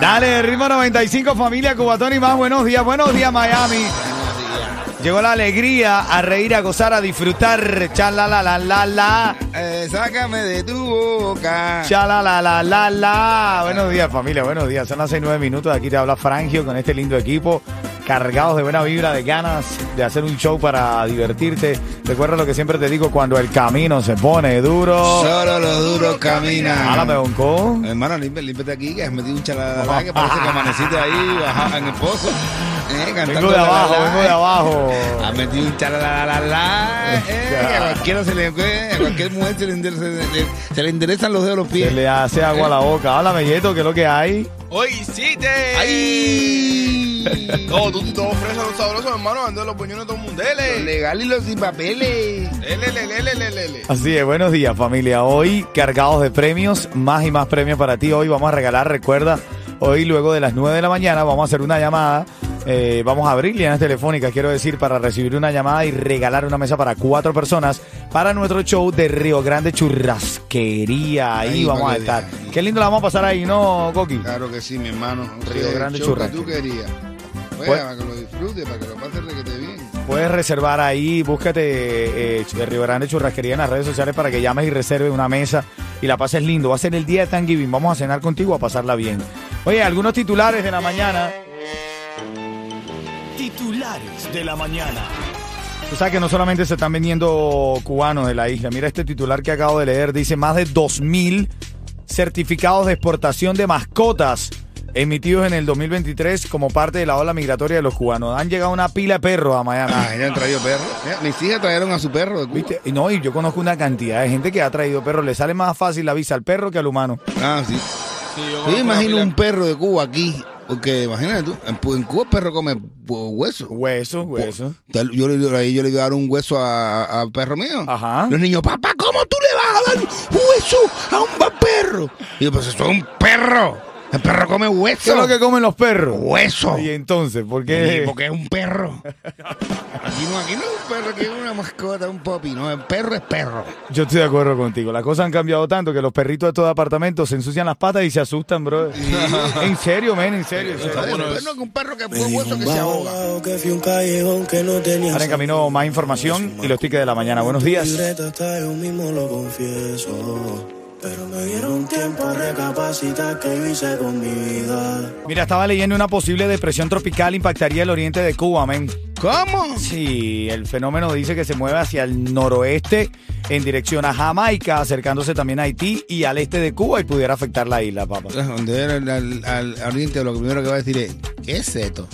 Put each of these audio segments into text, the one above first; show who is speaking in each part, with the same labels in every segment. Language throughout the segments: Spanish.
Speaker 1: Dale, ritmo 95, familia Cubatón y más. Buenos días, buenos días, Miami. Llegó la alegría a reír, a gozar, a disfrutar. Cha la la la la la.
Speaker 2: Eh, sácame de tu boca.
Speaker 1: Cha la la la la la. Buenos días, familia, buenos días. Son las 6, 9 minutos. Aquí te habla Frangio con este lindo equipo. Cargados de buena vibra, de ganas de hacer un show para divertirte. Recuerda lo que siempre te digo: cuando el camino se pone duro.
Speaker 2: Solo los duros caminan.
Speaker 1: Háblame, Bonco.
Speaker 2: Hermano, límpe- límpete aquí, que has metido un chalalá que parece que amaneciste ahí baja- en el pozo. Eh,
Speaker 1: Vengo
Speaker 2: cantando
Speaker 1: de
Speaker 2: la, la,
Speaker 1: abajo,
Speaker 2: la.
Speaker 1: vengo de abajo.
Speaker 2: Has metido un chalalala. Eh, que a cualquiera se le, eh, a cualquier mujer se le, inter- se le- se le enderezan los dedos a los
Speaker 1: Se
Speaker 2: pies.
Speaker 1: le hace agua a la boca. Háblame, Yeto, que es lo que hay.
Speaker 3: Hoy sí te.
Speaker 2: ¡Ay!
Speaker 3: No, tú todo fresa, los sabrosos, hermano, ando los puñones a todo el mundo. Dele.
Speaker 2: Legal y los sin papeles.
Speaker 3: Dele, dele, dele, dele, dele.
Speaker 1: Así es, buenos días, familia. Hoy cargados de premios, más y más premios para ti. Hoy vamos a regalar, recuerda, hoy luego de las 9 de la mañana vamos a hacer una llamada. eh, vamos a abrir líneas telefónicas, quiero decir, para recibir una llamada y regalar una mesa para cuatro personas para nuestro show de Río Grande Churrasquería. Ahí
Speaker 2: Ahí,
Speaker 1: vamos a
Speaker 2: para que
Speaker 1: estar.
Speaker 2: vean.
Speaker 1: Qué lindo la vamos a pasar ahí, ¿no, Coqui?
Speaker 2: Claro que sí, mi hermano.
Speaker 1: Río
Speaker 2: El
Speaker 1: Grande
Speaker 2: show que
Speaker 1: Churrasco.
Speaker 2: tú querías. Oye,
Speaker 1: Pues-
Speaker 2: para que lo disfrutes, para que lo pases requete bien.
Speaker 1: Puedes reservar ahí, búscate eh, de Río Grande Churrasquería en las redes sociales para que llames y reserves una mesa y la pases lindo. Va a ser el día de Thanksgiving, vamos a cenar contigo a pasarla bien. Oye, algunos titulares de la mañana.
Speaker 4: Titulares de la mañana.
Speaker 1: Tú sabes que no solamente se están vendiendo cubanos de la isla. Mira este titular que acabo de leer, dice más de 2.000 certificados de exportación de mascotas emitidos en el 2023 como parte de la ola migratoria de los cubanos. Han llegado una pila de perros a Miami.
Speaker 2: Ah, ella han traído perro. Mira, mis hijas trajeron a su perro de Cuba.
Speaker 1: ¿Viste? Y No, y yo conozco una cantidad de gente que ha traído perros. Le sale más fácil la visa al perro que al humano.
Speaker 2: Ah, sí.
Speaker 3: Sí, yo
Speaker 2: Yo
Speaker 3: conozco
Speaker 2: me imagino
Speaker 3: una
Speaker 2: un
Speaker 3: pila-
Speaker 2: perro de Cuba aquí. Porque imagínate tú, en, Pu- en Cuba el perro come pu- hueso.
Speaker 1: Hueso, hueso.
Speaker 2: Tal- Yo le, yo, ahí yo le iba a dar un hueso a- al perro mío.
Speaker 1: Ajá.
Speaker 2: Los niños, papá, ¿cómo tú le vas a dar hueso a un buen perro? Y yo, pues eso es un perro. El perro come
Speaker 1: ¿Qué es
Speaker 2: hueso.
Speaker 1: lo que comen los perros?
Speaker 2: Hueso.
Speaker 1: Y entonces, ¿por
Speaker 2: Sí,
Speaker 1: qué?
Speaker 2: porque es un perro. Aquí no, aquí no es un perro, aquí es una mascota, un popi. No, el perro es perro.
Speaker 1: Yo estoy de acuerdo contigo. Las cosas han cambiado tanto que los perritos de todo apartamento se ensucian las patas y se asustan, bro. En serio, men, en serio. en serio.
Speaker 2: Pero
Speaker 3: bueno,
Speaker 2: no
Speaker 3: es-
Speaker 2: es un perro que fue hueso que se ahoga.
Speaker 4: que fui un callejón que no tenía.
Speaker 1: Ahora en camino más información y los tickets de la mañana. Buenos días.
Speaker 4: libreta, hasta yo mismo lo confieso. Pero me dieron tiempo a recapacitar que yo hice con mi vida.
Speaker 1: Mira, estaba leyendo una posible depresión tropical impactaría el oriente de Cuba, men.
Speaker 2: ¿Cómo?
Speaker 1: Sí, el fenómeno dice que se mueve hacia el noroeste en dirección a Jamaica, acercándose también a Haití y al este de Cuba y pudiera afectar la isla, papá.
Speaker 2: Donde era al, al- al oriente, lo primero que va a decir es, ¿qué es esto?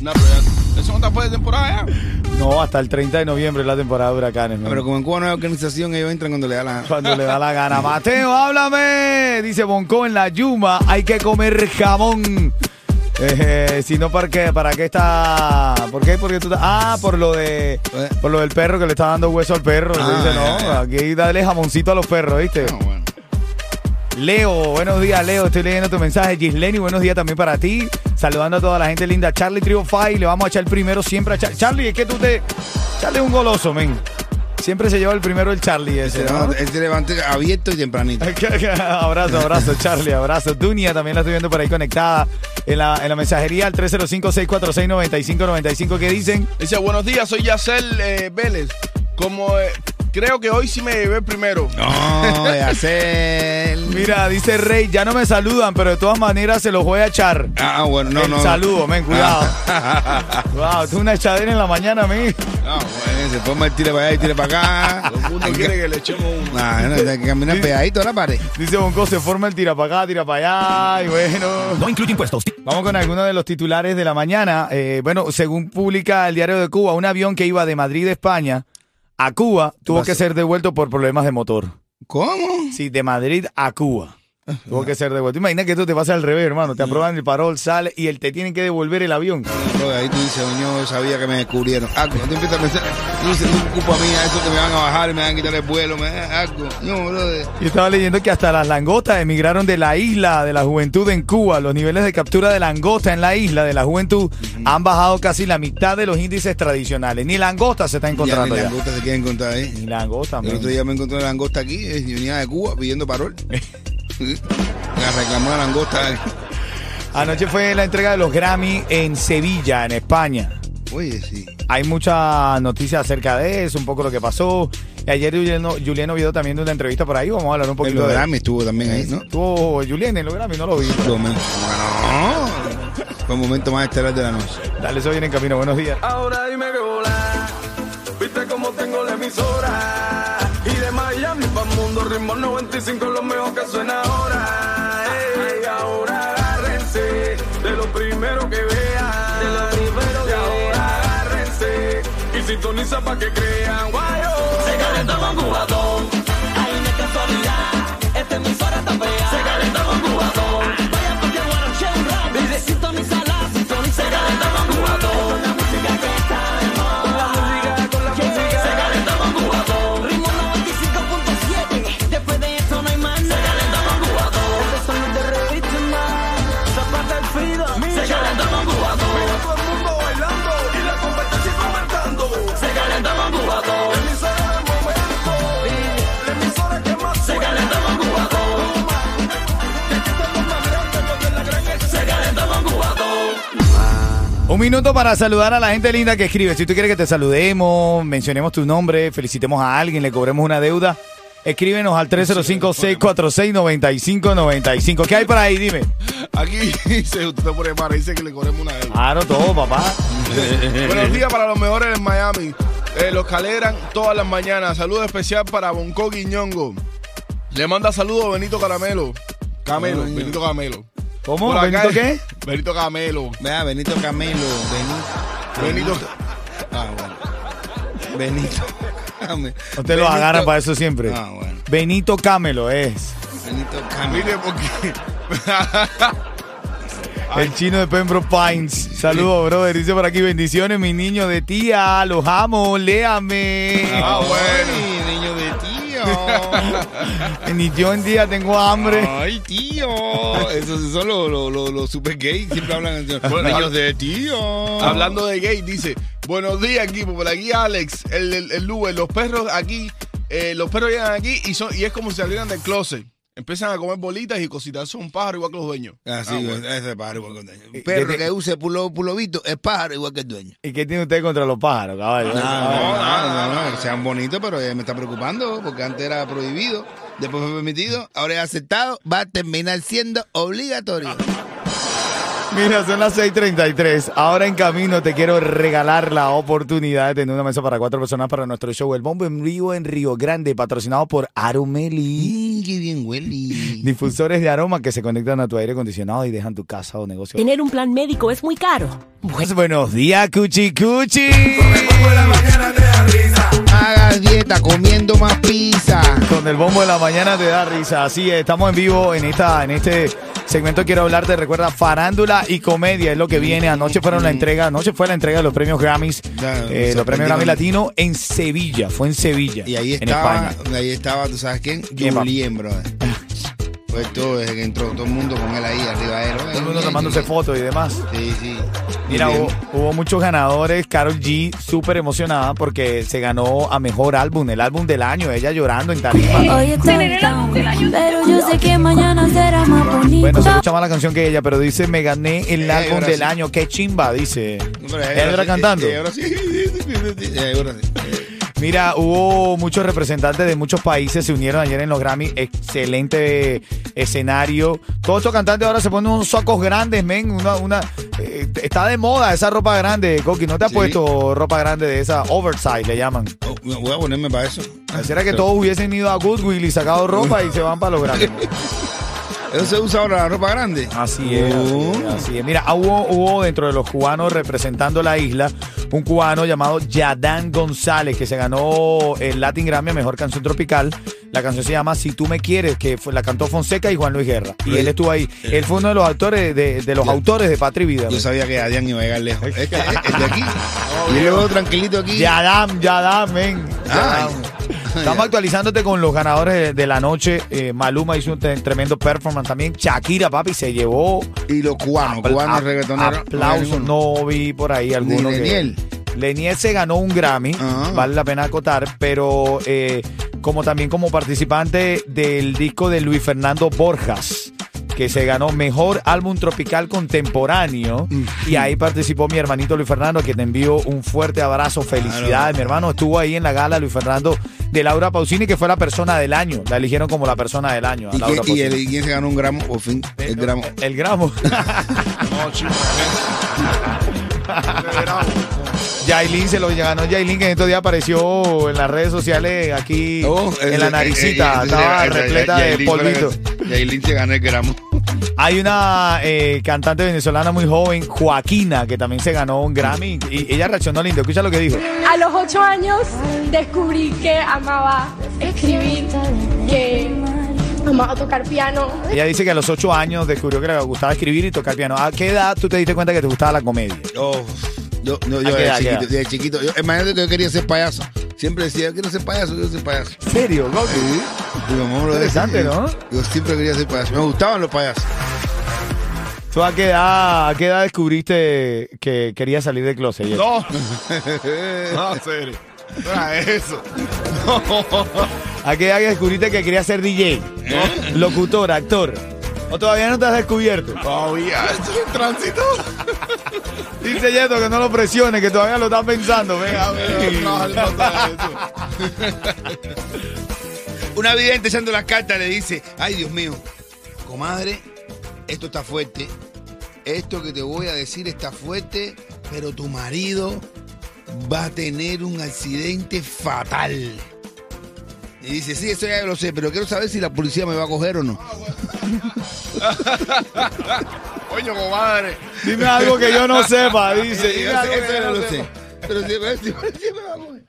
Speaker 3: No, pero ya- eso no está fuera de temporada ya.
Speaker 1: No, hasta el 30 de noviembre es la temporada de huracanes. man.
Speaker 2: Pero como en Cuba no hay organización, ellos entran cuando le da la...
Speaker 1: Cuando le da la gana. Mateo, háblame. Dice Bonco en la Yuma, hay que comer jamón. Eh, si no, ¿para qué? ¿Para qué está? ¿Por qué? Porque tú ta- Ah, por lo de por lo del perro que le está dando hueso al perro.
Speaker 2: Eh. Ah,
Speaker 1: dice, no,
Speaker 2: ya, ya.
Speaker 1: aquí dale jamoncito a los perros, ¿viste?
Speaker 2: No, Ah, bueno.
Speaker 1: Leo, buenos días, Leo. Estoy leyendo tu mensaje. Gisleni, buenos días también para ti. Saludando a toda la gente linda. Charlie Triunfa y le vamos a echar primero siempre a Charlie. Charlie, es que tú te. Charlie es un goloso, men. Siempre se lleva el primero el Charlie ese,
Speaker 2: Se
Speaker 1: ¿no?
Speaker 2: levanta- él se levanta abierto y tempranito.
Speaker 1: abrazo, abrazo, Charlie, abrazo. Dunia también la estoy viendo por ahí conectada en la, en la mensajería al 305-646-9595. ¿Qué dicen?
Speaker 3: Dice, buenos días, soy Yacel eh, Vélez. Como eh, creo que hoy sí me llevé primero.
Speaker 2: No, ya sé.
Speaker 1: Mira, dice Rey, ya no me saludan, pero de todas maneras se los voy a echar.
Speaker 2: Ah, bueno, no,
Speaker 1: El
Speaker 2: no.
Speaker 1: saludo, men, cuidado. wow, tú una echadera en la mañana, men.
Speaker 2: No, bueno, se forma el tire para allá y tire para acá.
Speaker 3: Todo el mundo
Speaker 2: Hay que-
Speaker 3: quiere que le echemos un.
Speaker 2: No, no, hay que caminar pegadito a la pared.
Speaker 1: Dice Bonco, se forma el tira para acá, tira para allá, y bueno.
Speaker 4: No incluye impuestos.
Speaker 1: Vamos con algunos de los titulares de la mañana. Eh, bueno, según publica el Diario de Cuba, un avión que iba de Madrid, España, a Cuba, tuvo
Speaker 2: pasó?
Speaker 1: que ser devuelto por problemas de motor.
Speaker 2: ¿Cómo?
Speaker 1: Sí, de Madrid a Cuba.
Speaker 4: Ah,
Speaker 1: Tuvo que ser devuelto. Imagina que esto te pasa al revés, hermano. Te aprueban el parol, sale y él te tienen que devolver el avión.
Speaker 2: Porque ahí tú dices, yo sabía que me descubrieron. Ah, Algo, tú empiezas a pensar, no se es culpa mía, eso que me van a bajar y me van a quitar el vuelo, me algo. No, brother.
Speaker 1: Yo estaba leyendo que hasta las langostas emigraron de la isla de la juventud en Cuba. Los niveles de captura de langosta en la isla de la juventud han bajado casi la mitad de los índices tradicionales. Ni langosta se está
Speaker 2: Ya,
Speaker 1: encontrando
Speaker 2: ni
Speaker 1: ya.
Speaker 2: langosta se quiere encontrar ahí.
Speaker 1: Ni langosta,
Speaker 2: El
Speaker 1: man.
Speaker 2: otro día me encontré una langosta aquí, eh, y venía de Cuba pidiendo parol. La reclamó la langosta.
Speaker 1: Anoche fue la entrega de los Grammy en Sevilla, en España.
Speaker 2: Oye, sí.
Speaker 1: Hay mucha noticia acerca de eso, un poco lo que pasó. Y ayer Juliano, Julián Oviedo también de una entrevista por ahí. Vamos a hablar un
Speaker 2: El
Speaker 1: poquito de
Speaker 2: Grammy estuvo también ahí, ¿no?
Speaker 1: Estuvo Julián en los Grammy, no lo vi.
Speaker 2: Lo mismo. Bueno, fue el momento más estelar de la noche.
Speaker 1: Dale, eso viene en camino. Buenos días.
Speaker 5: Ahora dime qué volar. Viste cómo tengo la emisora. Y de Miami para mundo, ritmo 95 lo mejor que suena ahora. Ey, ahora agárrense de lo primero que vean. De lo primero que ahora agárrense. Y sintoniza para que crean. Guayo. Se calentó con Cubatón. Ay, no es casualidad. Esta emisora está fea. Se calentó con Cubatón. Vaya porque bueno, che, un rap. Dice sintonízala, sintoniza. Se calentó con Cubatón. Con la música que está de moda. Con la música, con la música. Se calentó con Cubatón. Ritmo 95.7. Después de esto no hay más nada. Se calentó con Cubatón. Este sonido de revista Zapata el Frida. Se calentó con Cubatón. Mira todo el mundo bailando. Y la competencia comentando. Se calentó con Cubatón. Emisora del momento. La emisora que más Se calentó con Cubatón.
Speaker 1: Un minuto para saludar a la gente linda que escribe. Si tú quieres que te saludemos, mencionemos tu nombre, felicitemos a alguien, le cobremos una deuda, escríbenos al 305-646-9595. ¿Qué hay por ahí? Dime.
Speaker 3: Aquí dice, usted pone para, dice que le corremos una deuda.
Speaker 1: Claro, todo, papá.
Speaker 3: Buenos días para los mejores en Miami. Eh, los que alegran todas las mañanas. Saludo especial para Bonco Guiñongo. Le manda saludos Benito Caramelo. Camelo, Benito Camelo.
Speaker 1: ¿Cómo?
Speaker 3: Por acá-
Speaker 1: ¿Benito qué?
Speaker 3: Benito Camelo.
Speaker 2: Vea, Benito Camelo. Benito.
Speaker 3: Benito.
Speaker 2: Ah, bueno. Benito. Camelo.
Speaker 1: Usted lo
Speaker 2: Benito-
Speaker 1: agarra para eso siempre.
Speaker 2: Ah, bueno.
Speaker 1: Benito Camelo es.
Speaker 2: Benito Camelo.
Speaker 3: Mire, porque.
Speaker 1: El chino de Pembroke Pines. Saludos, brother. Dice por aquí, bendiciones, mis niños de tía. Los amo, léame.
Speaker 3: Ah, bueno.
Speaker 2: Ay, niño de tío.
Speaker 1: Ni yo en día tengo hambre.
Speaker 2: Ay, tío. Esos son los, los, los, los super gays. Siempre hablan así. niños de tío.
Speaker 3: Hablando de gay, dice, buenos días equipo, por aquí Alex, el, el, el Uber, los perros aquí, eh, los perros llegan aquí y, son, y es como si salieran del closet. Empiezan a comer bolitas y cositas, son pájaros igual que los dueños.
Speaker 2: Así,
Speaker 3: Ah, bueno.
Speaker 2: ese es pájaro igual que el dueño. Un
Speaker 1: Eh, desde-
Speaker 2: perro que use pulo, pulovito es pájaro igual que el dueño.
Speaker 1: ¿Y qué tiene usted contra los pájaros, caballo? Ah,
Speaker 2: no, no, no, sean bonitos, pero eh, me está preocupando porque antes era prohibido, después fue permitido, ahora es aceptado, va a terminar siendo obligatorio.
Speaker 1: Mira, son las 6:33. Ahora en camino te quiero regalar la oportunidad de tener una mesa para cuatro personas para nuestro show El Bombo en Río, en Río Grande, patrocinado por Aromeli.
Speaker 2: Mm, qué bien huele.
Speaker 1: Difusores de aroma que se conectan a tu aire acondicionado y dejan tu casa o negocio. Pues,
Speaker 6: Tener un plan médico es muy caro. Bueno.
Speaker 1: Buenos días, Cuchi Cuchi.
Speaker 2: Hagas dieta comiendo más pizza.
Speaker 1: Con el bombo de la mañana te da risa. Así es, estamos en vivo en esta, en este segmento quiero hablarte. Recuerda, farándula y comedia es lo que viene. Anoche fueron la entrega, anoche fue la entrega de los premios Grammys,
Speaker 2: Ya,
Speaker 1: eh, los premios
Speaker 2: sorprendieron.
Speaker 1: Grammy Latino en Sevilla, fue en Sevilla,
Speaker 2: Y ahí
Speaker 1: en
Speaker 2: estaba,
Speaker 1: España.
Speaker 2: ahí estaba, ¿tú sabes quién?
Speaker 1: ¿Quién, papi?
Speaker 2: Julien, brother. Pues todo, desde que entró todo el mundo con él ahí arriba de él.
Speaker 1: Todo el mundo tomándose fotos y demás.
Speaker 2: Sí, sí.
Speaker 1: Mira,
Speaker 2: Julien.
Speaker 1: hubo, hubo muchos ganadores. Carol G, súper emocionada porque se ganó a mejor álbum, el álbum del año. Ella llorando en tarifa.
Speaker 7: Hoy está down, pero yo sé que mañana será más
Speaker 1: Bueno, se
Speaker 7: bonito.
Speaker 1: escucha más la canción que ella, pero dice: Me gané el
Speaker 2: Ella
Speaker 1: álbum
Speaker 2: llora
Speaker 1: del
Speaker 2: así.
Speaker 1: año. Qué chimba, dice.
Speaker 2: No, pero ahí
Speaker 1: Ella
Speaker 2: ahora
Speaker 1: llora
Speaker 2: sí,
Speaker 1: cantando.
Speaker 2: ahí ahora sí, ahí ahora sí.
Speaker 1: Mira, hubo muchos representantes de muchos países se unieron ayer en los Grammy. Excelente escenario. Todos estos cantantes ahora se ponen unos socos grandes, men. Una, una, eh, está de moda esa ropa grande, Coqui. ¿No te has
Speaker 2: Sí.
Speaker 1: puesto ropa grande de esa? Oversize le llaman.
Speaker 2: Oh, me Voy a ponerme para eso.
Speaker 1: Pareciera que todos hubiesen ido a Goodwill y sacado ropa y se van para los Grammy.
Speaker 2: Eso se usa ahora la ropa grande. Uh.
Speaker 1: Así es, así es, así es. Mira, ah, hubo, hubo dentro de los cubanos representando la isla un cubano llamado Yadán González que se ganó el Latin Grammy a Mejor Canción Tropical La canción se llama Si tú me quieres, que fue- la cantó Fonseca y Juan Luis Guerra. Y él estuvo ahí. Él fue uno de los autores de, de los autores de Patria y Vida. pues.
Speaker 2: Yo sabía que Adrián iba a llegar lejos. Este, este de aquí. Y luego tranquilito aquí.
Speaker 1: Yadam, Yadam, men.
Speaker 2: Ah,
Speaker 1: Yadam. Estamos actualizándote con los ganadores de, de la noche. Eh, Maluma hizo un te- tremendo performance también. Shakira, papi, se llevó
Speaker 2: y los cubanos, cubanos
Speaker 1: apl-
Speaker 2: reggaetoneros.
Speaker 1: Aplausos.
Speaker 2: ninguno.
Speaker 1: Ah, No vi por ahí alguno.
Speaker 2: Ni
Speaker 1: que-
Speaker 2: Leniel.
Speaker 1: Leniel se ganó un Grammy,
Speaker 2: Ah.
Speaker 1: vale la pena acotar, pero eh, como también como participante del disco de Luis Fernando Borjas, que se ganó Mejor Álbum Tropical Contemporáneo, y ahí participó mi hermanito Luis Fernando, que te envío un fuerte abrazo, felicidades, mi hermano, estuvo ahí en la gala Luis Fernando de Laura Pausini, que fue la persona del año, la eligieron como la persona del año, a
Speaker 2: ¿Y,
Speaker 1: Laura
Speaker 2: quién-
Speaker 1: Pausini.
Speaker 2: y el- y quién se ganó un gramo? Por fin, el gramo.
Speaker 1: El gramo.
Speaker 3: No, chico.
Speaker 1: Yailin se lo ganó Yailin, que en estos días apareció en las redes sociales aquí
Speaker 2: Oh,
Speaker 1: en
Speaker 2: eh,
Speaker 1: la
Speaker 2: eh,
Speaker 1: naricita.
Speaker 2: eh, eh,
Speaker 1: estaba
Speaker 2: eh, eh,
Speaker 1: repleta
Speaker 2: eh,
Speaker 1: de
Speaker 2: Yailin fue la
Speaker 1: polvito.
Speaker 2: que- Yailin se ganó el gramo.
Speaker 1: Hay una eh, cantante venezolana muy joven, Joaquina, que también se ganó un Grammy. Y ella reaccionó lindo. Escucha lo que dijo.
Speaker 8: A los ocho años descubrí que amaba escribir, que amaba tocar piano.
Speaker 1: Ella dice que a los ocho años descubrió que le gustaba escribir y tocar piano. ¿A qué edad tú te diste cuenta que te gustaba la comedia?
Speaker 2: Oh, yo, no, yo
Speaker 1: Ah,
Speaker 2: de
Speaker 1: queda,
Speaker 2: chiquito,
Speaker 1: queda.
Speaker 2: de chiquito. Yo, imagínate que yo quería ser payaso. Siempre decía, yo quiero ser payaso, yo quiero ser payaso.
Speaker 1: ¿En serio?
Speaker 2: Sí. Mi mamá me lo decía.
Speaker 1: Interesante, ¿no?
Speaker 2: Yo siempre quería ser payaso. Me gustaban los payasos.
Speaker 1: ¿Tú a qué edad, a qué edad descubriste que querías salir del closet? Jess?
Speaker 3: No. No, serio. No
Speaker 2: Ah,
Speaker 3: era eso.
Speaker 1: ¿A qué edad descubriste que querías ser DJ? ¿Eh? Locutor, actor. ¿O todavía no te has descubierto?
Speaker 3: Todavía estoy en tránsito.
Speaker 1: Dice Yeto que no lo presiones, que todavía lo está pensando. Venga,
Speaker 3: No, no, no, no.
Speaker 2: Una vidente echando las cartas le dice, ay Dios mío, comadre, esto está fuerte, esto que te voy a decir está fuerte, pero tu marido va a tener un accidente fatal. Y dice, sí, eso ya lo sé, pero quiero saber si la policía me va a coger o no.
Speaker 3: Coño, comadre.
Speaker 1: Dime algo que yo no sepa, dice.
Speaker 2: Yo
Speaker 1: Dime algo que
Speaker 2: sé, eso ya
Speaker 1: yo no
Speaker 2: lo
Speaker 1: sepa.
Speaker 2: sé. Pero si pero si la policía me va a coger.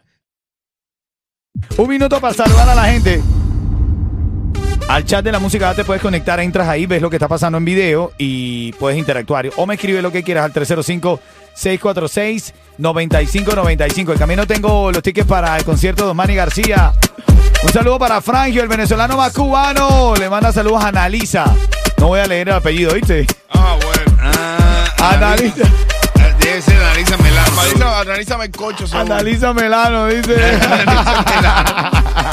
Speaker 1: Un minuto para saludar a la gente. Al chat de la música te puedes conectar, entras ahí, ves lo que está pasando en video y puedes interactuar. O me escribe lo que quieras al 305-646-9595. En camino tengo los tickets para el concierto de Osmani García. Un saludo para Frangio, el venezolano más cubano. Le manda saludos a Analisa. No voy a leer el apellido, ¿viste?
Speaker 3: Ah, bueno.
Speaker 2: Ah,
Speaker 1: Analisa.
Speaker 2: Debe ser analiza melano.
Speaker 3: Analízame, Ah, analízame el cocho. seguro.
Speaker 1: Analisa Melano, dice.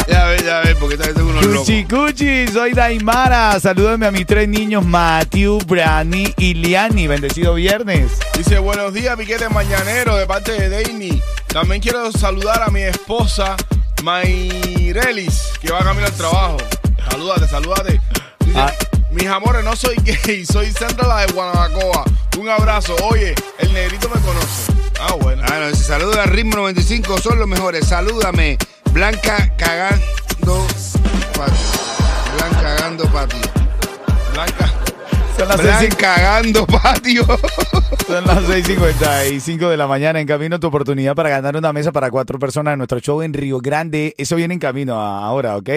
Speaker 2: Ya ves, ya ves, porque esta vez tengo unos locos.
Speaker 1: Cuchi, cuchi, soy Daimara. Salúdenme a mis tres niños, Matthew, Brani y Liani. Bendecido viernes.
Speaker 3: Dice, buenos días, piquete mañanero, de parte de Dani. También quiero saludar a mi esposa, Mayrelis, que va a camino al trabajo. Salúdate, salúdate. Dice,
Speaker 1: Ah.
Speaker 3: mis amores, no soy gay, soy Sandra la de Guanabacoa. Un abrazo. Oye, el negrito me conoce. Ah, bueno.
Speaker 2: Ah, no, se saluda Ritmo 95, son los mejores. Salúdame. Blanca cagando patio. Blanca cagando patio.
Speaker 3: Blanca.
Speaker 1: Son las
Speaker 2: Blanca
Speaker 1: seis-
Speaker 2: cagando patio.
Speaker 1: son las 6.55 de la mañana. En camino tu oportunidad para ganar una mesa para cuatro personas en nuestro show en Río Grande. Eso viene en camino a- ahora, ¿ok?